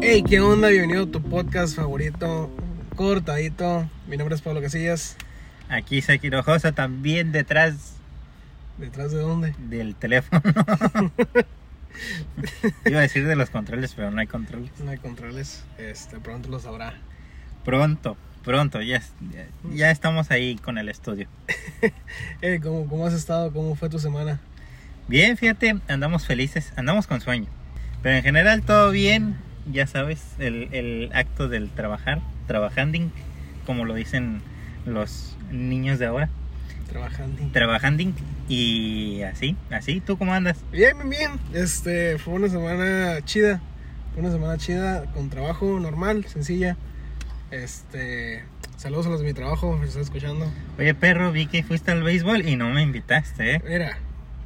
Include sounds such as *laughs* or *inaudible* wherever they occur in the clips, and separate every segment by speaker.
Speaker 1: Hey, ¿qué onda? Bienvenido a tu podcast favorito, cortadito. Mi nombre es Pablo Casillas.
Speaker 2: Aquí soy Quinojosa también detrás
Speaker 1: ¿Detrás de dónde?
Speaker 2: del teléfono. Iba a decir de los controles, pero no hay controles.
Speaker 1: No hay controles. Este, pronto lo sabrá.
Speaker 2: Pronto, pronto, ya, es- ya, ya estamos ahí con el estudio.
Speaker 1: Hey, ¿cómo, ¿cómo has estado? ¿Cómo fue tu semana?
Speaker 2: Bien, fíjate, andamos felices, andamos con sueño. Pero en general todo bien, ya sabes, el, el acto del trabajar, trabajanding, como lo dicen los niños de ahora,
Speaker 1: Trabajando.
Speaker 2: trabajanding y así, así, ¿tú cómo andas?
Speaker 1: Bien, bien, bien. Este, fue una semana chida. Fue una semana chida con trabajo normal, sencilla. Este, saludos a los de mi trabajo, me están escuchando.
Speaker 2: Oye, perro, vi que fuiste al béisbol y no me invitaste, ¿eh?
Speaker 1: Mira,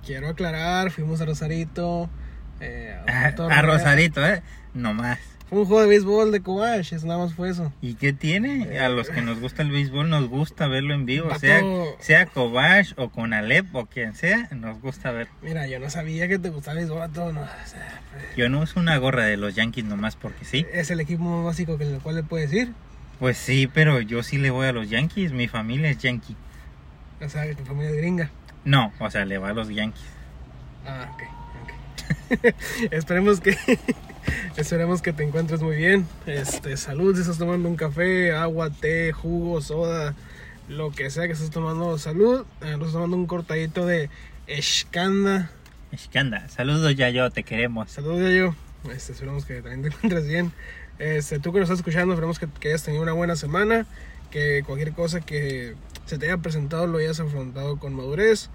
Speaker 1: quiero aclarar, fuimos a Rosarito. eh,
Speaker 2: *laughs* A,
Speaker 1: Roberto
Speaker 2: a
Speaker 1: Herrera.
Speaker 2: Ah, Rosarito, ¿eh? No más.
Speaker 1: Fue un juego de béisbol de Cobach, es nada más fue eso.
Speaker 2: ¿Y qué tiene? A los que nos gusta el béisbol nos gusta verlo en vivo,
Speaker 1: Vato.
Speaker 2: sea, sea Kovash o con Alep o quien sea, nos gusta ver.
Speaker 1: Mira, yo no sabía que te gustaba el béisbol a todo, no, o sea,
Speaker 2: Yo no uso una gorra de los Yankees nomás porque sí.
Speaker 1: es el equipo más básico que el cual le puedes ir.
Speaker 2: Pues sí, pero yo sí le voy a los Yankees, mi familia es Yankee.
Speaker 1: O sea, que tu familia es gringa.
Speaker 2: No, o sea, le va a los Yankees.
Speaker 1: Ah, ok, ok. *laughs* esperemos que *laughs* esperemos que te encuentres muy bien. Este, salud, si estás tomando un café, agua, té, jugo, soda, lo que sea que estés tomando, salud. Eh, Nosotros estamos tomando un cortadito de escanda.
Speaker 2: Escanda, saludos Yayo, te queremos.
Speaker 1: Saludos de yo. Este, esperemos que también te *laughs* encuentres bien. Este, tú que nos estás escuchando, esperemos que, que hayas tenido una buena semana, que cualquier cosa que se te haya presentado lo hayas afrontado con madurez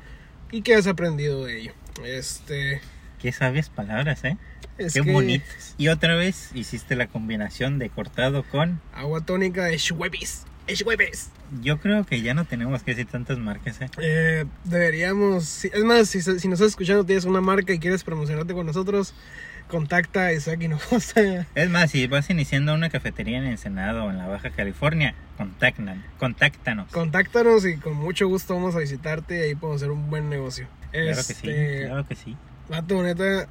Speaker 1: y que hayas aprendido de ello. Este,
Speaker 2: Qué sabias palabras, ¿eh?
Speaker 1: es
Speaker 2: qué
Speaker 1: que-
Speaker 2: bonitas. Y otra vez hiciste la combinación de cortado con...
Speaker 1: Agua tónica de Schweppes. Schweppes.
Speaker 2: Yo creo que ya no tenemos que decir tantas marcas, ¿eh?
Speaker 1: Eh, deberíamos. si- es más, si, si nos estás escuchando, tienes una marca y quieres promocionarte con nosotros, contacta a Isaac *laughs* Hinojosa.
Speaker 2: Es más, si vas iniciando una cafetería en Ensenado o en la Baja California, contactan, contáctanos.
Speaker 1: Contáctanos y con mucho gusto vamos a visitarte y ahí podemos hacer un buen negocio.
Speaker 2: Claro que
Speaker 1: este,
Speaker 2: sí, claro que sí.
Speaker 1: vato, neta.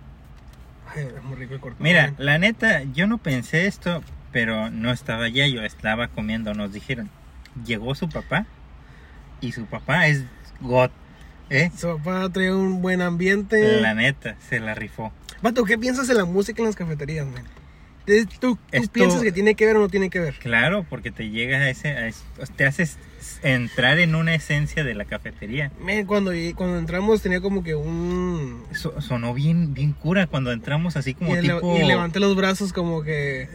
Speaker 1: ay, es muy rico el cortado.
Speaker 2: Mira, la neta, yo no pensé esto, pero no estaba ya, yo estaba comiendo, nos dijeron. Llegó su papá y su papá es God, ¿eh?
Speaker 1: Su papá trae un buen ambiente.
Speaker 2: La neta, se la rifó.
Speaker 1: Vato, ¿qué piensas de la música en las cafeterías, man? ¿Tú, tú
Speaker 2: Esto-
Speaker 1: piensas que tiene que ver o no tiene que ver?
Speaker 2: Claro, porque te llegas a ese, a es- te haces entrar en una esencia de la cafetería.
Speaker 1: Man, cuando, cuando entramos tenía como que un.
Speaker 2: So- sonó bien, bien cura cuando entramos así como
Speaker 1: y, le-
Speaker 2: tipo...
Speaker 1: y levanté los brazos como
Speaker 2: *laughs*
Speaker 1: que.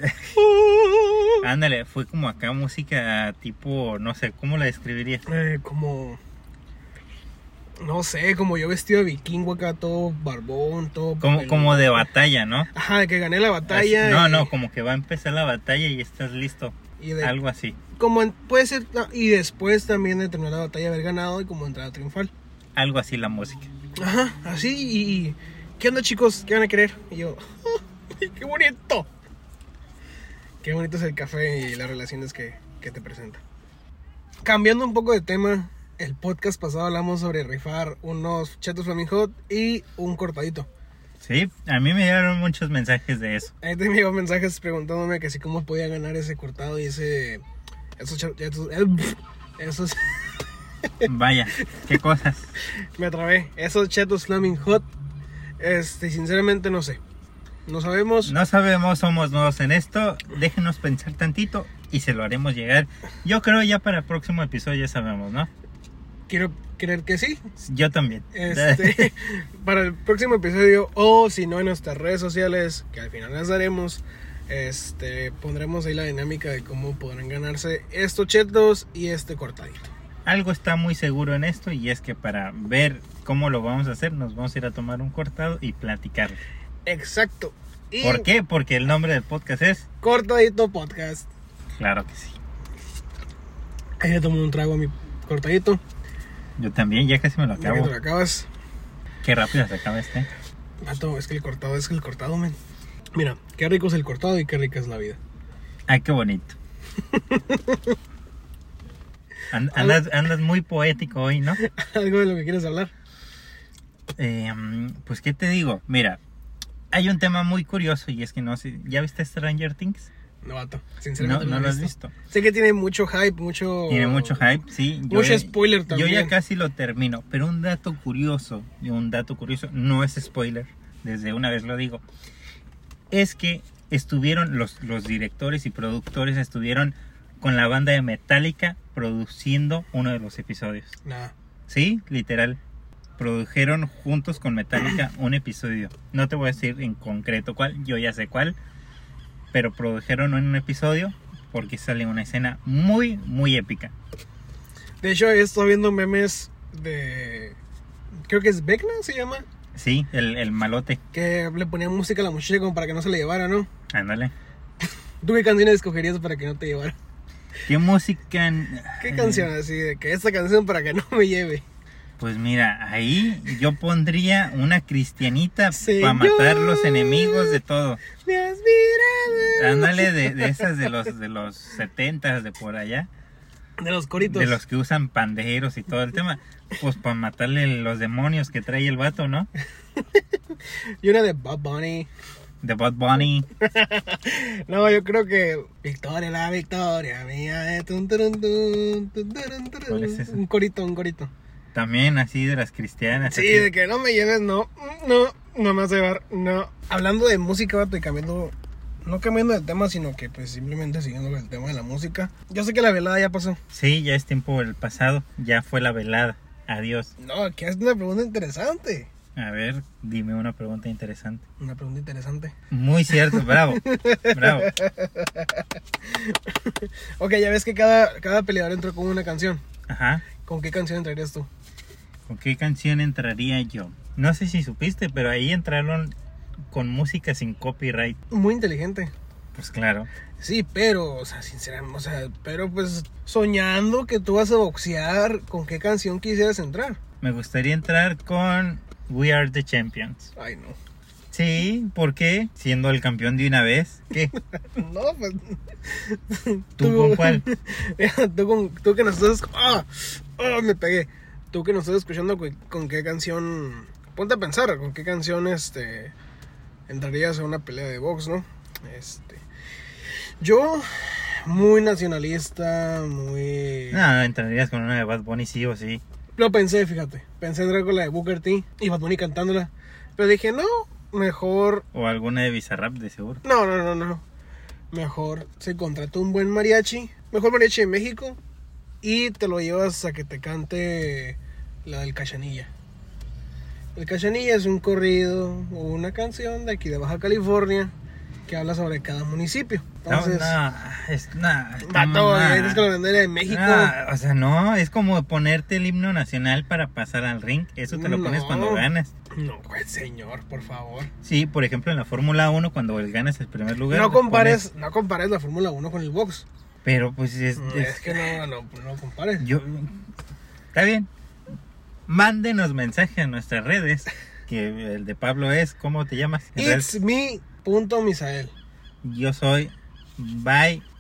Speaker 2: Ándale, fue como acá música tipo, no sé, ¿cómo la describirías?
Speaker 1: eh, como. No sé, como yo vestido de vikingo acá, todo barbón, todo.
Speaker 2: Como,
Speaker 1: peludo.
Speaker 2: como de batalla, ¿no?
Speaker 1: Ajá, de que gané la
Speaker 2: Así-
Speaker 1: batalla.
Speaker 2: no,
Speaker 1: y-
Speaker 2: no, como que va a empezar la batalla y estás listo.
Speaker 1: y de-
Speaker 2: Algo así.
Speaker 1: Como en- puede ser. no, Y después también de terminar la batalla, haber ganado y como entrada triunfal.
Speaker 2: Algo así la música.
Speaker 1: Ajá, así y. y, ¿Qué onda, chicos? ¿Qué van a querer? Y yo. *laughs* ¡Qué bonito! Qué bonito es el café y las relaciones que, que te presenta. Cambiando un poco de tema, el podcast pasado hablamos sobre rifar unos chetos Flaming Hot y un cortadito.
Speaker 2: Sí, a mí me llegaron muchos mensajes de eso.
Speaker 1: Ahí te llegó mensajes preguntándome que si cómo podía ganar ese cortado y ese. Esos. che- esos, esos *laughs*
Speaker 2: Vaya, qué cosas.
Speaker 1: Me atrabé. Esos chetos Flaming Hot. Este, sinceramente no sé. No sabemos.
Speaker 2: No sabemos, somos nuevos en esto. Déjenos pensar tantito y se lo haremos llegar. Yo creo ya para el próximo episodio ya sabemos, ¿no?
Speaker 1: Quiero creer que
Speaker 2: *laughs*
Speaker 1: sí.
Speaker 2: Yo también.
Speaker 1: Este, *laughs* para el próximo episodio, o si no en nuestras redes sociales, que al final las daremos, este, pondremos ahí la dinámica de cómo podrán ganarse estos chetos y este cortadito.
Speaker 2: Algo está muy seguro en esto y es que para ver cómo lo vamos a hacer nos vamos a ir a tomar un cortado y platicar.
Speaker 1: Exacto. Y
Speaker 2: ¿Por qué? Porque el nombre del podcast es...
Speaker 1: Cortadito podcast.
Speaker 2: Claro que sí.
Speaker 1: Ahí le tomo un trago a mi cortadito.
Speaker 2: Yo también, ya casi me lo
Speaker 1: Ya que
Speaker 2: acabo.
Speaker 1: te lo acabas.
Speaker 2: Qué rápido se acaba este.
Speaker 1: Vato, es que el cortado es que el cortado, men. Mira, qué rico es el cortado y qué rica es la vida. *laughs*
Speaker 2: Ay, qué *laughs* bonito. An- andas, andas muy poético hoy, ¿no?
Speaker 1: Algo de lo que quieres hablar.
Speaker 2: Em, Eh, mm, pues, ¿qué te digo? Mira, Hay un tema muy curioso y es que no sé, ¿ya viste Stranger Things?
Speaker 1: Novato.
Speaker 2: No,
Speaker 1: Sinceramente
Speaker 2: no
Speaker 1: he
Speaker 2: lo has visto.
Speaker 1: Sé que tiene mucho hype, mucho.
Speaker 2: Tiene mucho hype, sí.
Speaker 1: Oh. Mucho spoiler también.
Speaker 2: Yo ya casi lo termino, pero un dato curioso, y un dato curioso, no es spoiler, desde una vez lo digo, es que estuvieron los, los directores y productores estuvieron con la banda de Metallica produciendo uno de los episodios.
Speaker 1: Nah.
Speaker 2: Sí, literal. Produjeron juntos
Speaker 1: *clears throat*
Speaker 2: con Metallica un episodio. No te voy a decir en concreto cuál, yo ya sé cuál. Pero produjeron un episodio porque sale una escena muy, muy épica.
Speaker 1: De hecho, he estado viendo memes de. Creo que es Beckman se llama.
Speaker 2: Sí, el, el malote.
Speaker 1: Que le ponían música a la muchacha como para que no se la llevara, ¿no?
Speaker 2: Ándale.
Speaker 1: ¿Tú qué canciones escogerías para que no te llevara?
Speaker 2: ¿Qué música? n-
Speaker 1: ¿Qué canción así? De que esta canción para que no me lleve.
Speaker 2: Pues mira, ahí yo pondría una cristianita para
Speaker 1: Señor.
Speaker 2: matar los enemigos de todo.
Speaker 1: Me has mirado.
Speaker 2: Ándale de, de esas de los de los setentas de por allá.
Speaker 1: De los coritos.
Speaker 2: De los que usan panderos y todo el tema. Pues para matarle los demonios que trae el vato, ¿no?
Speaker 1: Y una de Bob Bunny.
Speaker 2: De Bad Bunny.
Speaker 1: No, yo creo que Victoria, la victoria mía. eh, tun, turun, tun, tun, turun, turun.
Speaker 2: ¿Cuál es esa?
Speaker 1: Un corito, un corito.
Speaker 2: *laughs* También así de las cristianas.
Speaker 1: Sí,
Speaker 2: así.
Speaker 1: de que no me lleves, no, no, no me vas a llevar, no. Hablando de música, vato, y cambiando, no cambiando de tema, sino que pues simplemente siguiendo con el tema de la música. Yo sé que la velada ya pasó.
Speaker 2: Sí, ya es tiempo del pasado. Ya fue la velada. Adiós.
Speaker 1: No, aquí es una pregunta interesante.
Speaker 2: A ver, dime una pregunta interesante.
Speaker 1: Una pregunta interesante.
Speaker 2: Muy cierto, bravo. Bravo.
Speaker 1: Ok, ya ves que cada, cada peleador entró con una canción.
Speaker 2: Ajá.
Speaker 1: ¿Con qué canción entrarías tú?
Speaker 2: ¿Con qué canción entraría yo? No sé si supiste, pero ahí entraron con música sin copyright.
Speaker 1: Muy inteligente.
Speaker 2: Pues claro.
Speaker 1: Sí, pero, o sea, sinceramente, o sea, pero pues soñando que tú vas a boxear, ¿con qué canción quisieras entrar?
Speaker 2: Me gustaría entrar con We Are the Champions.
Speaker 1: Ay, no. *laughs*
Speaker 2: Sí, ¿por qué? Siendo el campeón de una vez. ¿Qué?
Speaker 1: No, pues. *laughs*
Speaker 2: ¿Tú con cuál?
Speaker 1: tú, con- tú que nos estás. esc- ¡Ah! ¡Ah! Me pegué. Tú que nos estás escuchando, güey, ¿con qué canción. Ponte a pensar, ¿con qué canción este. Entrarías a una pelea de box, ¿no? Este. Yo, muy nacionalista, muy.
Speaker 2: No, entrarías con una de Bad Bunny sí o sí.
Speaker 1: Lo pensé, fíjate. Pensé entrar con la de Booker T y Bad Bunny cantándola. Pero dije, no, mejor.
Speaker 2: O alguna de Bizarrap, de seguro.
Speaker 1: No, no, no, no. Mejor se contrató un buen mariachi. Mejor mariachi de México. Y te lo llevas a que te cante la del Cachanilla. El Cachanilla es un corrido o una canción de aquí de Baja California que habla sobre cada municipio.
Speaker 2: No,
Speaker 1: Entonces,
Speaker 2: no, es, no, está
Speaker 1: vato,
Speaker 2: mal.
Speaker 1: eres con la bandera de México.
Speaker 2: No, Ah, o sea, no, es como ponerte el himno nacional para pasar al ring. Eso te lo pones
Speaker 1: Mm, No.
Speaker 2: cuando ganas.
Speaker 1: No, pues, señor, por favor.
Speaker 2: Sí, por ejemplo, en la Fórmula 1, cuando ganas el primer lugar.
Speaker 1: No
Speaker 2: te
Speaker 1: compares, no compares la Fórmula 1 con el box.
Speaker 2: pones- pero pues es.
Speaker 1: No,
Speaker 2: es-
Speaker 1: Es que no, no, no compares.
Speaker 2: Yo, está bien. Mándenos mensaje a nuestras redes. Que el de Pablo es, ¿cómo te llamas? En redes-
Speaker 1: It's me, punto Misael.
Speaker 2: Yo soy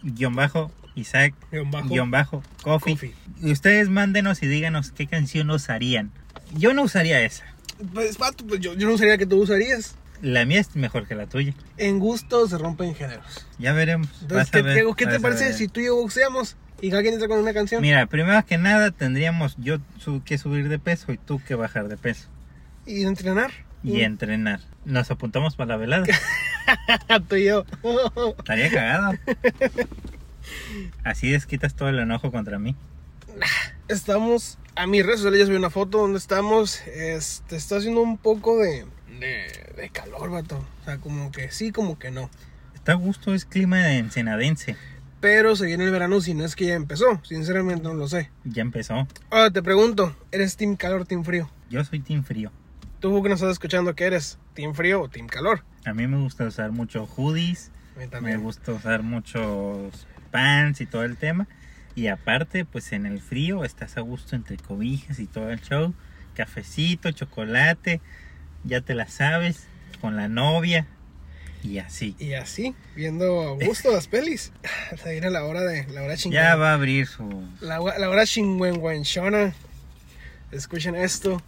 Speaker 2: by-isaac-coffee.
Speaker 1: Guión bajo. Coffee.
Speaker 2: Y Ustedes mándenos y díganos qué canción usarían. Yo no usaría esa.
Speaker 1: Pues, vato, pues, yo, yo no usaría que tú usarías.
Speaker 2: La mía es mejor que la tuya.
Speaker 1: En gusto se rompen géneros.
Speaker 2: Ya veremos.
Speaker 1: Entonces,
Speaker 2: Vas a
Speaker 1: ¿qué,
Speaker 2: ver,
Speaker 1: qué- qué
Speaker 2: vas
Speaker 1: te
Speaker 2: a
Speaker 1: parece
Speaker 2: ver.
Speaker 1: si tú y yo boxeamos y cada quien entra con una canción?
Speaker 2: Mira, primero que nada tendríamos yo su- que subir de peso y tú que bajar de peso.
Speaker 1: Y entrenar.
Speaker 2: Y entrenar. Nos apuntamos para la velada.
Speaker 1: *laughs* tú y yo. *laughs*
Speaker 2: Estaría cagado. Así desquitas todo el enojo contra mí.
Speaker 1: estamos. A mis redes sociales ya subí una foto donde estamos. Este, está haciendo un poco de, de, de calor, vato. O sea, como que sí, como que no.
Speaker 2: Está a gusto, es clima de ensenadense.
Speaker 1: Pero se viene el verano si no es que ya empezó. Sinceramente no lo sé.
Speaker 2: Ya empezó.
Speaker 1: Ahora te pregunto, ¿eres team calor o team frío?
Speaker 2: Yo soy team frío.
Speaker 1: Tú que nos estás escuchando, ¿qué eres? ¿Team frío o team calor?
Speaker 2: A mí me gusta usar mucho hoodies,
Speaker 1: A mí
Speaker 2: me gusta usar muchos pants y todo el tema. Y aparte, pues en el frío estás a gusto entre cobijas y todo el show. Cafecito, chocolate, ya te la sabes, con la novia y así.
Speaker 1: Y así, viendo a gusto las pelis. *laughs* Se viene la hora de la hora
Speaker 2: Ya
Speaker 1: chingüengüenchona.
Speaker 2: va a abrir su...
Speaker 1: La, hua- la hora chingüengüenchona. Escuchen esto.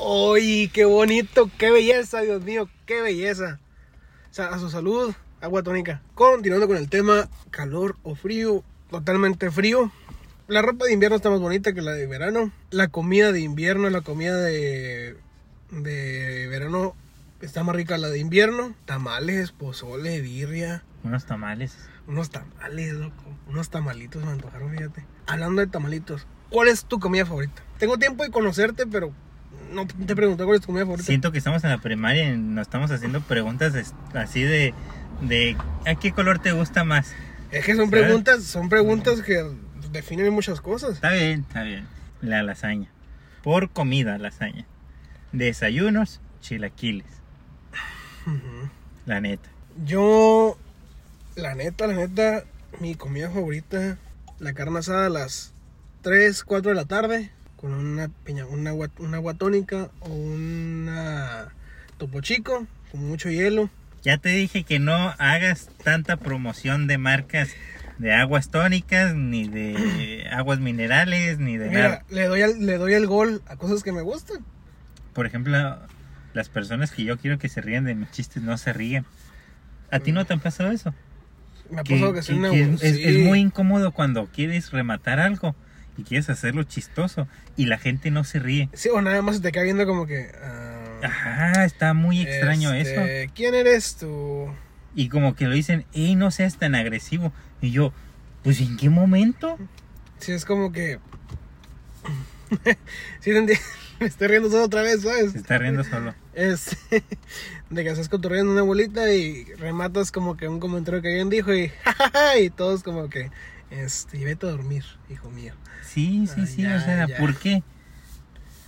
Speaker 1: ¡Ay, qué bonito! ¡Qué belleza, Dios mío! ¡Qué belleza! O sea, a su salud, agua tónica. Continuando con el tema calor o frío, totalmente frío. La ropa de invierno está más bonita que la de verano. La comida de invierno, la comida de, de verano está más rica la de invierno. Tamales, pozole, birria,
Speaker 2: Unos tamales.
Speaker 1: unos tamales, loco. Unos tamalitos me antojaron, fíjate. Hablando de tamalitos, ¿cuál es tu comida favorita? Tengo tiempo de conocerte, pero no te pregunté cuál es tu comida favorita.
Speaker 2: Siento que estamos en la primaria y nos estamos haciendo preguntas es- así de, de ¿a qué color te gusta más?
Speaker 1: Es que son
Speaker 2: ¿Sabes?
Speaker 1: preguntas, son preguntas que definen muchas cosas.
Speaker 2: Está bien, está bien. La lasaña. Por comida, lasaña. Desayunos, chilaquiles.
Speaker 1: Ujú.
Speaker 2: La neta.
Speaker 1: Yo, la neta, la neta, mi comida favorita, la carne asada a las 3, 4 de la tarde, con una piña, una agua, una agua tónica o una topo chico, con mucho hielo.
Speaker 2: Ya te dije que no hagas tanta promoción de marcas de aguas tónicas, ni de aguas minerales, ni de
Speaker 1: Mira,
Speaker 2: nada.
Speaker 1: le doy, al- le doy el gol a cosas que me gustan.
Speaker 2: Por ejemplo, las personas que yo quiero que se rían de mis chistes no se ríen. ¿A ti no te han pasado eso?
Speaker 1: Me ha
Speaker 2: que-
Speaker 1: pasado que soy
Speaker 2: que-
Speaker 1: una
Speaker 2: que es, es-
Speaker 1: sí.
Speaker 2: es muy incómodo cuando quieres rematar algo y quieres hacerlo chistoso y la gente no se ríe.
Speaker 1: Sí, o nada más se te cae viendo como que... ah,
Speaker 2: Ajá, está muy extraño eso.
Speaker 1: este, ¿Quién eres tú?
Speaker 2: Y como que lo dicen, ey, no seas tan agresivo. Y yo, pues ¿en qué momento?
Speaker 1: Sí, es como que. *laughs* sí, te enti- *laughs* me estoy riendo solo otra vez, ¿sabes?
Speaker 2: Se está riendo solo.
Speaker 1: Es *laughs* de que estás cotorreando una bolita y rematas como que un comentario que alguien dijo y, *laughs* y todos como que. Este, y vete a dormir, hijo mío.
Speaker 2: Sí, sí,
Speaker 1: Ah,
Speaker 2: sí,
Speaker 1: ya,
Speaker 2: o sea,
Speaker 1: ya.
Speaker 2: ¿por qué?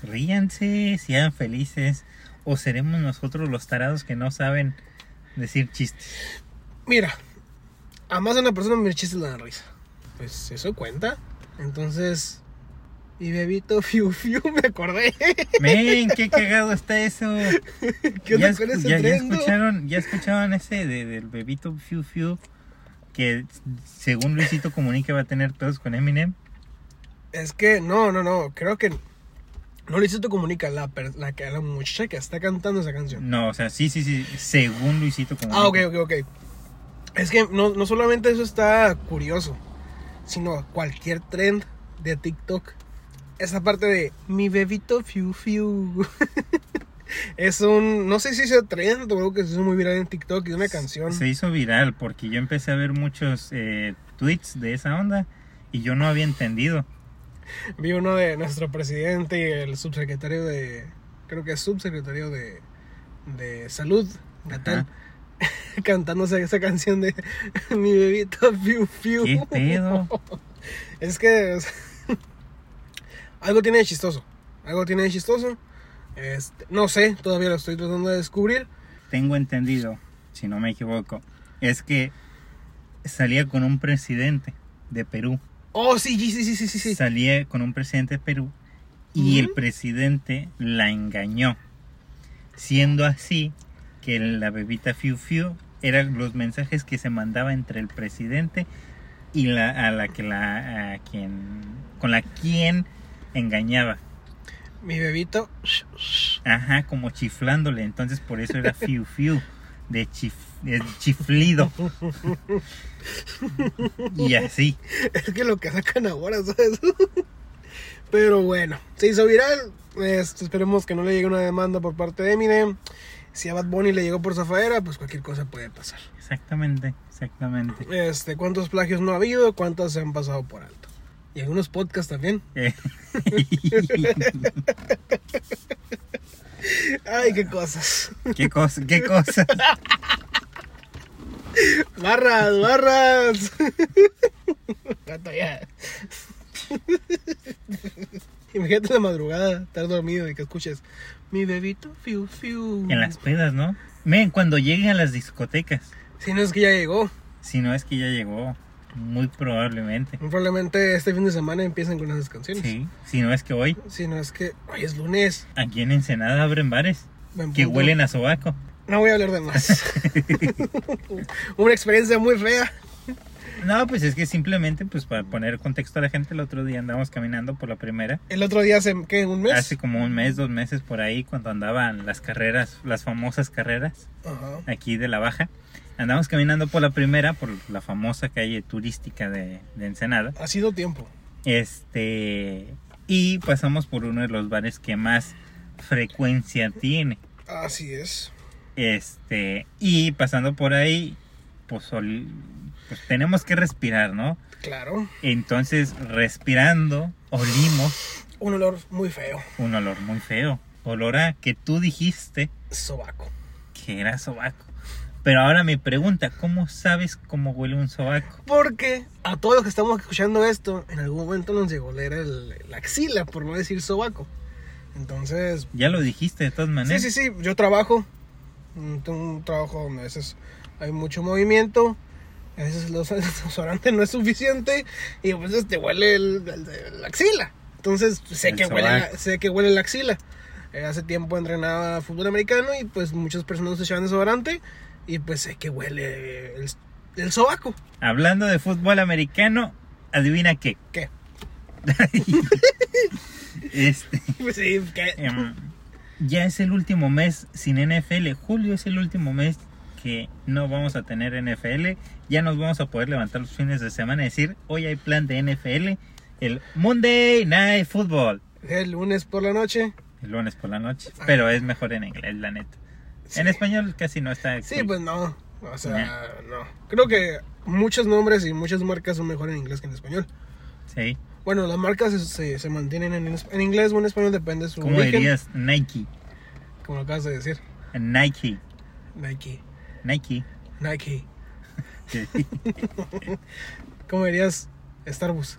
Speaker 2: Ríanse, sean felices. O seremos nosotros los tarados que no saben decir chistes.
Speaker 1: Mira, a más de una persona me chistes le dan risa. Pues eso cuenta. Entonces. Y bebito, *laughs* fiu fiu, me acordé.
Speaker 2: Men, qué cagado está eso.
Speaker 1: ¿Qué onda
Speaker 2: ya,
Speaker 1: con
Speaker 2: escu-
Speaker 1: ese
Speaker 2: ya- ya
Speaker 1: tren, no?
Speaker 2: escucharon, ya escucharon ese de- del bebito Fiu Fiu que según Luisito Comunica va a tener pedos con Eminem.
Speaker 1: Es que, no, no, no, creo que no le hiciste comunica la, per- la, que- la muchacha que está cantando esa canción.
Speaker 2: No, o sea, sí, sí, sí, según Luisito Comunica.
Speaker 1: Ah, ok, ok, ok. Es que no, no solamente eso está curioso, sino cualquier trend de TikTok. Esa parte de mi bebito fiu fiu. *laughs* es un, no sé si sea trend o algo que se hizo muy viral en TikTok y una canción.
Speaker 2: Se hizo viral porque yo empecé a ver muchos eh, tweets de esa onda y yo no había entendido.
Speaker 1: Vi uno de nuestro presidente y el subsecretario de. Creo que es subsecretario de. de salud, Natal. *laughs* Cantándose esa canción de *laughs* mi bebito Fiu Fiu. *laughs*
Speaker 2: ¿Qué pedo?
Speaker 1: Es que. o sea, *laughs* algo tiene de chistoso. Algo tiene de chistoso. Este, no sé, todavía lo estoy tratando de descubrir.
Speaker 2: Tengo entendido, si no me equivoco, es que salía con un presidente de Perú.
Speaker 1: Oh, sí, sí, sí, sí, sí, sí.
Speaker 2: salía con un presidente de Perú y el
Speaker 1: Ujú.
Speaker 2: presidente la engañó. Siendo así que la bebita Fiu Fiu eran los mensajes que se mandaba entre el presidente y la a la que la a quien con la quien engañaba.
Speaker 1: Mi bebito. *laughs*
Speaker 2: Ajá, como chiflándole, entonces por eso era Fiu Fiu de chif, de
Speaker 1: *laughs*
Speaker 2: chiflido. y así.
Speaker 1: Es que lo que sacan ahora, ¿sabes? *laughs* Pero bueno, se hizo viral. Este, esperemos que no le llegue una demanda por parte de Eminem. Si a Bad Bunny le llegó por zafaera, pues cualquier cosa puede pasar.
Speaker 2: Exactamente, exactamente.
Speaker 1: Este, ¿cuántos plagios no ha habido? ¿Cuántas se han pasado por alto? Y algunos podcasts también. *laughs*
Speaker 2: Eh.
Speaker 1: Ay, qué cosas.
Speaker 2: *laughs* ¿Qué cosa? ¿Qué cosa?
Speaker 1: Barras,
Speaker 2: *laughs*
Speaker 1: barras. Gato, ya. Imagínate la madrugada, estar dormido y que escuches mi bebito fiu fiu.
Speaker 2: En las pedas, ¿no? Men, cuando lleguen a las discotecas.
Speaker 1: Si no es que ya llegó.
Speaker 2: Si no es que ya llegó, muy probablemente.
Speaker 1: Probablemente este fin de semana empiezan con esas canciones.
Speaker 2: Sí, si no es que hoy,
Speaker 1: Si no es que hoy es lunes.
Speaker 2: aquí en Ensenada abren bares
Speaker 1: buen
Speaker 2: que
Speaker 1: punto.
Speaker 2: huelen a sobaco. *laughs*
Speaker 1: No voy a hablar de más. Una experiencia muy fea.
Speaker 2: No, pues es que simplemente, pues para poner contexto a la gente, el otro día andamos caminando por la primera.
Speaker 1: El otro día hace, ¿qué? ¿Un mes?
Speaker 2: Hace como un mes, dos meses por ahí, cuando andaban las carreras, las famosas carreras
Speaker 1: Ajá.
Speaker 2: aquí de la Baja. Andamos caminando por la primera, por la famosa calle turística de, de Ensenada.
Speaker 1: Ha sido tiempo.
Speaker 2: Este. Y pasamos por uno de los bares que más frecuencia tiene.
Speaker 1: Así es.
Speaker 2: Este. Y pasando por ahí, pues, ol- pues tenemos que respirar, ¿no?
Speaker 1: Claro.
Speaker 2: Entonces, respirando, olimos
Speaker 1: Un olor muy feo.
Speaker 2: un olor muy feo. Olor a que tú dijiste
Speaker 1: Sobaco.
Speaker 2: que era sobaco. Pero ahora mi pregunta, ¿cómo sabes cómo huele un sobaco?
Speaker 1: Porque a todos los que estamos escuchando esto, en algún momento nos llegó a leer el, la axila, por no decir sobaco. Entonces,
Speaker 2: Ya lo dijiste de todas
Speaker 1: Sí,
Speaker 2: maneras.
Speaker 1: sí, sí, yo trabajo. Mm, Tengo un trabajo donde a veces hay mucho movimiento. A veces los- *laughs* el desodorante no es suficiente. Y a veces te huele el- el- el- la axila. Entonces sé
Speaker 2: El
Speaker 1: que, huele, la-
Speaker 2: sobaco.
Speaker 1: sé que huele la axila. Eh, hace tiempo entrenaba fútbol americano y pues muchas personas se llevan desodorante. Y pues sé que huele el, el sobaco. *laughs*
Speaker 2: Hablando de fútbol americano, adivina qué.
Speaker 1: ¿Qué?
Speaker 2: *laughs* Este,
Speaker 1: Pues sí, que-
Speaker 2: em, ya es el último mes sin NFL. Julio es el último mes que no vamos a tener NFL. Ya nos vamos a poder levantar los fines de semana y decir, hoy hay plan de NFL. El Monday Night Football.
Speaker 1: el lunes por la noche.
Speaker 2: El lunes por la noche. Pero es mejor en inglés, la neta.
Speaker 1: Ah. Sí.
Speaker 2: En español casi no está.
Speaker 1: Sí, pues no. O sea, no. Creo que muchos nombres y muchas marcas son mejor en inglés que en español.
Speaker 2: Sí.
Speaker 1: Bueno, las marcas se- se, se mantienen en, es- en inglés o en español, depende de su
Speaker 2: ¿Cómo
Speaker 1: origen.
Speaker 2: dirías Nike?
Speaker 1: Como lo acabas de decir.
Speaker 2: Nike.
Speaker 1: Nike.
Speaker 2: Nike.
Speaker 1: Nike.
Speaker 2: Sí.
Speaker 1: ¿Cómo dirías Starbucks?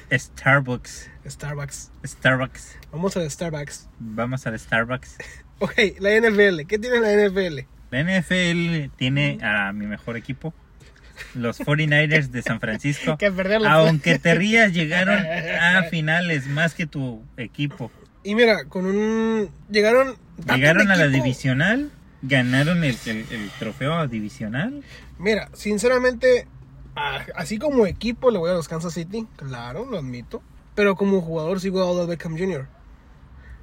Speaker 2: *laughs* Starbucks.
Speaker 1: Starbucks.
Speaker 2: Starbucks.
Speaker 1: Vamos a Starbucks.
Speaker 2: Vamos al Starbucks.
Speaker 1: Ok, la NFL. ¿Qué tiene la NFL?
Speaker 2: La NFL tiene a mi mejor equipo, los 49ers de San
Speaker 1: *laughs*
Speaker 2: Francisco.
Speaker 1: Que perder la-
Speaker 2: Aunque te rías, llegaron a finales más que tu equipo.
Speaker 1: Y mira, con un... Llegaron... tanto
Speaker 2: Llegaron
Speaker 1: un
Speaker 2: a la
Speaker 1: equipo-
Speaker 2: divisional, ganaron el, el- el trofeo divisional.
Speaker 1: Mira, sinceramente, a- así como equipo le voy a los Kansas City, claro, lo admito. Pero como jugador sigo a Odell Beckham Jr.,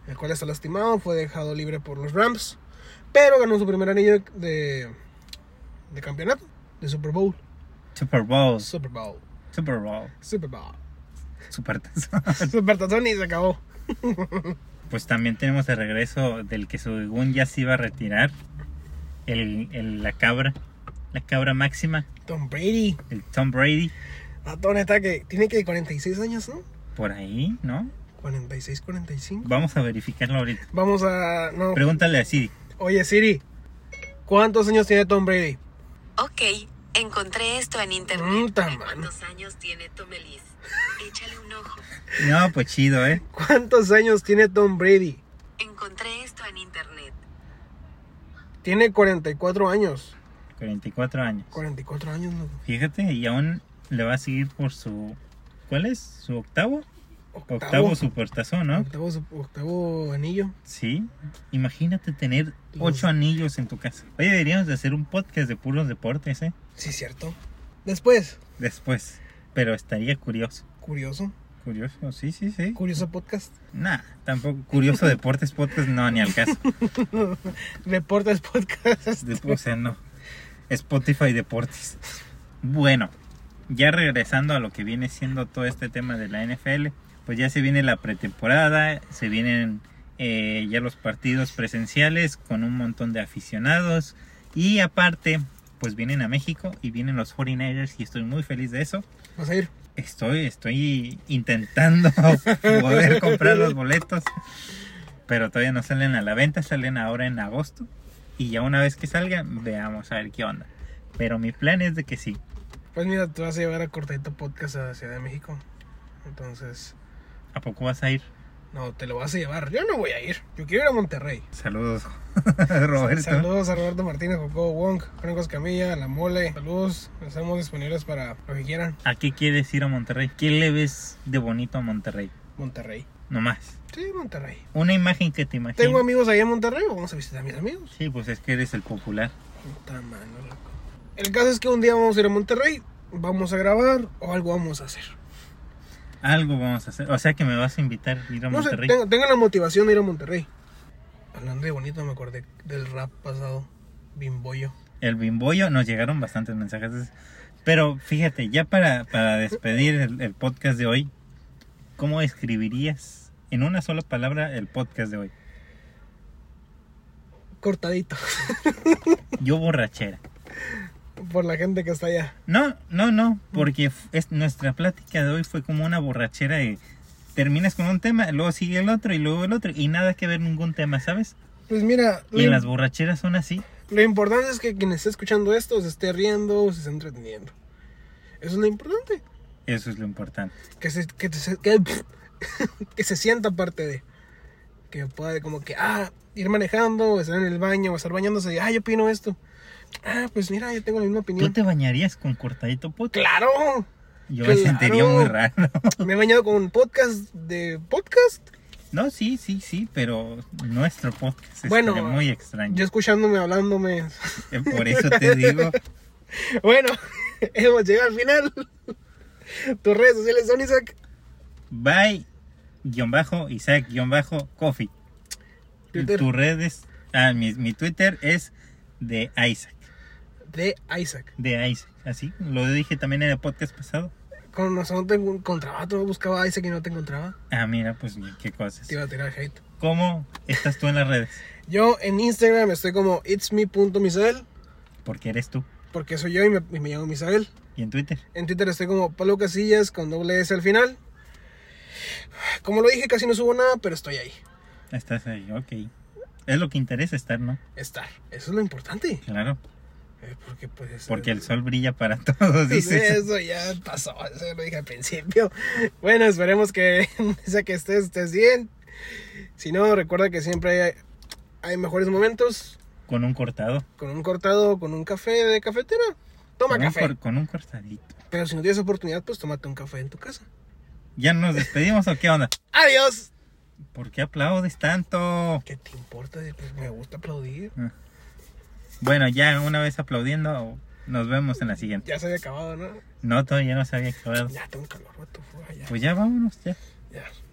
Speaker 1: el cual está lastimado, fue dejado libre por los Rams. Pero ganó su primer anillo de, de campeonato, de Super Bowl.
Speaker 2: Super Bowl,
Speaker 1: Super Bowl,
Speaker 2: Super Bowl,
Speaker 1: Super Bowl.
Speaker 2: Super *laughs* Tazón.
Speaker 1: Super Tazón y se acabó.
Speaker 2: Pues también tenemos el regreso del que según ya se iba a retirar, el- el- la cabra, la cabra máxima,
Speaker 1: Tom Brady,
Speaker 2: el Tom Brady,
Speaker 1: ratón está que tiene que 46 años, ¿no?
Speaker 2: por ahí, ¿no?
Speaker 1: 46, 45.
Speaker 2: Vamos a verificarlo ahorita.
Speaker 1: Vamos a... No.
Speaker 2: Pregúntale así.
Speaker 1: Oye Siri, ¿cuántos años tiene Tom Brady?
Speaker 3: Ok, encontré esto en internet.
Speaker 1: Puta, mano.
Speaker 3: ¿Cuántos años tiene Tomelis? Échale un ojo.
Speaker 2: No, pues chido, ¿eh?
Speaker 1: ¿Cuántos años tiene Tom Brady?
Speaker 3: Encontré esto en internet.
Speaker 1: Tiene 44 años.
Speaker 2: 44 años.
Speaker 1: 44 años, loco.
Speaker 2: Fíjate, y aún le va a seguir por su... ¿Cuál es? ¿Su octavo?
Speaker 1: Octavo,
Speaker 2: Octavo supertazón, ¿no?
Speaker 1: octavo, su- octavo anillo.
Speaker 2: Sí. Imagínate tener
Speaker 1: Los-
Speaker 2: ocho anillos en tu casa. Oye, deberíamos de hacer un podcast de puros deportes, ¿eh?
Speaker 1: Sí, cierto. Después,
Speaker 2: Después. Pero estaría curioso.
Speaker 1: curioso.
Speaker 2: Curioso, sí, sí, sí.
Speaker 1: Curioso podcast.
Speaker 2: Nah, tampoco. Curioso *laughs* deportes, podcast, no, ni al caso.
Speaker 1: Reportes podcast. *laughs*
Speaker 2: De- O sea, no. Spotify Deportes. Bueno, ya regresando a lo que viene siendo todo este tema de la NFL, pues ya se viene la pretemporada, se vienen eh, ya los partidos presenciales con un montón de aficionados y aparte, pues vienen a México y vienen los 49ers y estoy muy feliz de eso.
Speaker 1: Vas a ir.
Speaker 2: Estoy, estoy intentando *laughs* poder comprar los boletos, pero todavía no salen a la venta, salen ahora en agosto. Y ya una vez que salgan, veamos a ver qué onda. Pero mi plan es de que sí.
Speaker 1: Pues mira, te vas a llevar a Cortadito Podcast a Ciudad de México. Entonces,
Speaker 2: ¿A poco vas a ir?
Speaker 1: no, te lo vas a llevar. Yo no voy a ir. Yo quiero ir a Monterrey.
Speaker 2: Saludos, *laughs* Roberto.
Speaker 1: Saludos a Roberto Martínez, Coco Wong, Franco Escamilla, La Mole. Saludos. Estamos disponibles para lo que quieran.
Speaker 2: ¿A qué quieres ir a Monterrey? ¿Qué le ves de bonito a Monterrey?
Speaker 1: Monterrey.
Speaker 2: No más.
Speaker 1: Sí, Monterrey.
Speaker 2: Una imagen que te imagines.
Speaker 1: Tengo amigos ahí en Monterrey, vamos a visitar a mis amigos.
Speaker 2: Sí, pues es que eres el popular.
Speaker 1: Puta mano, loco. El caso es que un día vamos a ir a Monterrey. vamos a grabar o algo vamos a hacer.
Speaker 2: Algo vamos a hacer. O sea que me vas a invitar a ir a
Speaker 1: No sé,
Speaker 2: Monterrey.
Speaker 1: tengo, tengo la motivación de ir a Monterrey. Hablando de bonito, me acordé del rap pasado, Bimboyo.
Speaker 2: El bimboyo, nos llegaron bastantes mensajes. Pero fíjate, ya para, para despedir el, el podcast de hoy, ¿cómo escribirías en una sola palabra el podcast de hoy?
Speaker 1: Cortadito, *laughs*
Speaker 2: Yo borrachera.
Speaker 1: por la gente que está allá.
Speaker 2: No, no, no, porque f- es, nuestra plática de hoy fue como una borrachera de terminas con un tema, luego sigue el otro y luego el otro y nada que ver ningún tema, ¿sabes?
Speaker 1: Pues mira,
Speaker 2: Y
Speaker 1: lo-
Speaker 2: las borracheras son así.
Speaker 1: Lo importante es que quien esté escuchando esto se esté riendo o se esté entreteniendo. Eso es lo importante.
Speaker 2: Eso es lo importante.
Speaker 1: Que se, que te se- que- *laughs* que se sienta parte de. Que pueda como que, ah, ir manejando, o estar en el baño, o estar bañándose. y, Ah, yo opino esto. Ah, pues mira, yo tengo la misma
Speaker 2: ¿Tú
Speaker 1: opinión.
Speaker 2: te bañarías con cortadito podcast?
Speaker 1: ¡Claro!
Speaker 2: Yo me
Speaker 1: claro.
Speaker 2: sentiría muy raro.
Speaker 1: Me he bañado con podcast de podcast.
Speaker 2: No, sí, sí, sí, pero nuestro podcast es
Speaker 1: Bueno,
Speaker 2: muy extraño.
Speaker 1: Yo escuchándome, hablándome. *laughs*
Speaker 2: Eh, Por eso te digo,
Speaker 1: Bueno, *laughs* hemos llegado al final. Tus redes sociales son Isaac.
Speaker 2: bye, guión bajo, Isaac, guión bajo, coffee.
Speaker 1: Twitter.
Speaker 2: Tus redes, ah, mi, mi Twitter es de Isaac.
Speaker 1: De Isaac.
Speaker 2: De Isaac, así. Lo dije también en el podcast pasado.
Speaker 1: Con razón te encontraba, tú buscaba a Isaac y no te encontraba.
Speaker 2: Ah, mira, pues qué cosas.
Speaker 1: Te iba a tirar hate.
Speaker 2: ¿Cómo estás tú en las redes?
Speaker 1: Yo en Instagram estoy como itsme.misael,
Speaker 2: Porque eres tú.
Speaker 1: porque soy yo y me, y me llamo Misael.
Speaker 2: Y en Twitter.
Speaker 1: En Twitter estoy como Pablo Casillas con doble S al final. Como lo dije, casi no subo nada, pero estoy ahí.
Speaker 2: Estás ahí, ok. Es lo que interesa estar, ¿no?
Speaker 1: Estar. Eso es lo importante.
Speaker 2: Claro.
Speaker 1: Eh, Porque pues...
Speaker 2: Porque el sol brilla para *laughs* todos,
Speaker 1: Pues,
Speaker 2: dices.
Speaker 1: Eso ya pasó, eso ya lo dije al principio. Bueno, esperemos que *laughs* donde sea que estés, estés bien. Si no, recuerda que siempre hay- hay mejores momentos.
Speaker 2: Con un cortado.
Speaker 1: con un cortado, con un café de cafetera. Toma
Speaker 2: con, un
Speaker 1: café.
Speaker 2: cor- con un cortadito.
Speaker 1: Pero si no tienes oportunidad, pues tómate un café en tu casa.
Speaker 2: ¿Ya nos despedimos o qué onda?
Speaker 1: ¡Adiós!
Speaker 2: ¿Por qué aplaudes tanto?
Speaker 1: ¿Qué te importa? Si, pues, me gusta aplaudir.
Speaker 2: Bueno, ya una vez aplaudiendo, nos vemos en la siguiente.
Speaker 1: Ya se había acabado, ¿no?
Speaker 2: No, todavía no sabía que
Speaker 1: Ya tengo calor, vato, fuga, ya,
Speaker 2: Pues ya vámonos, ya.
Speaker 1: ya.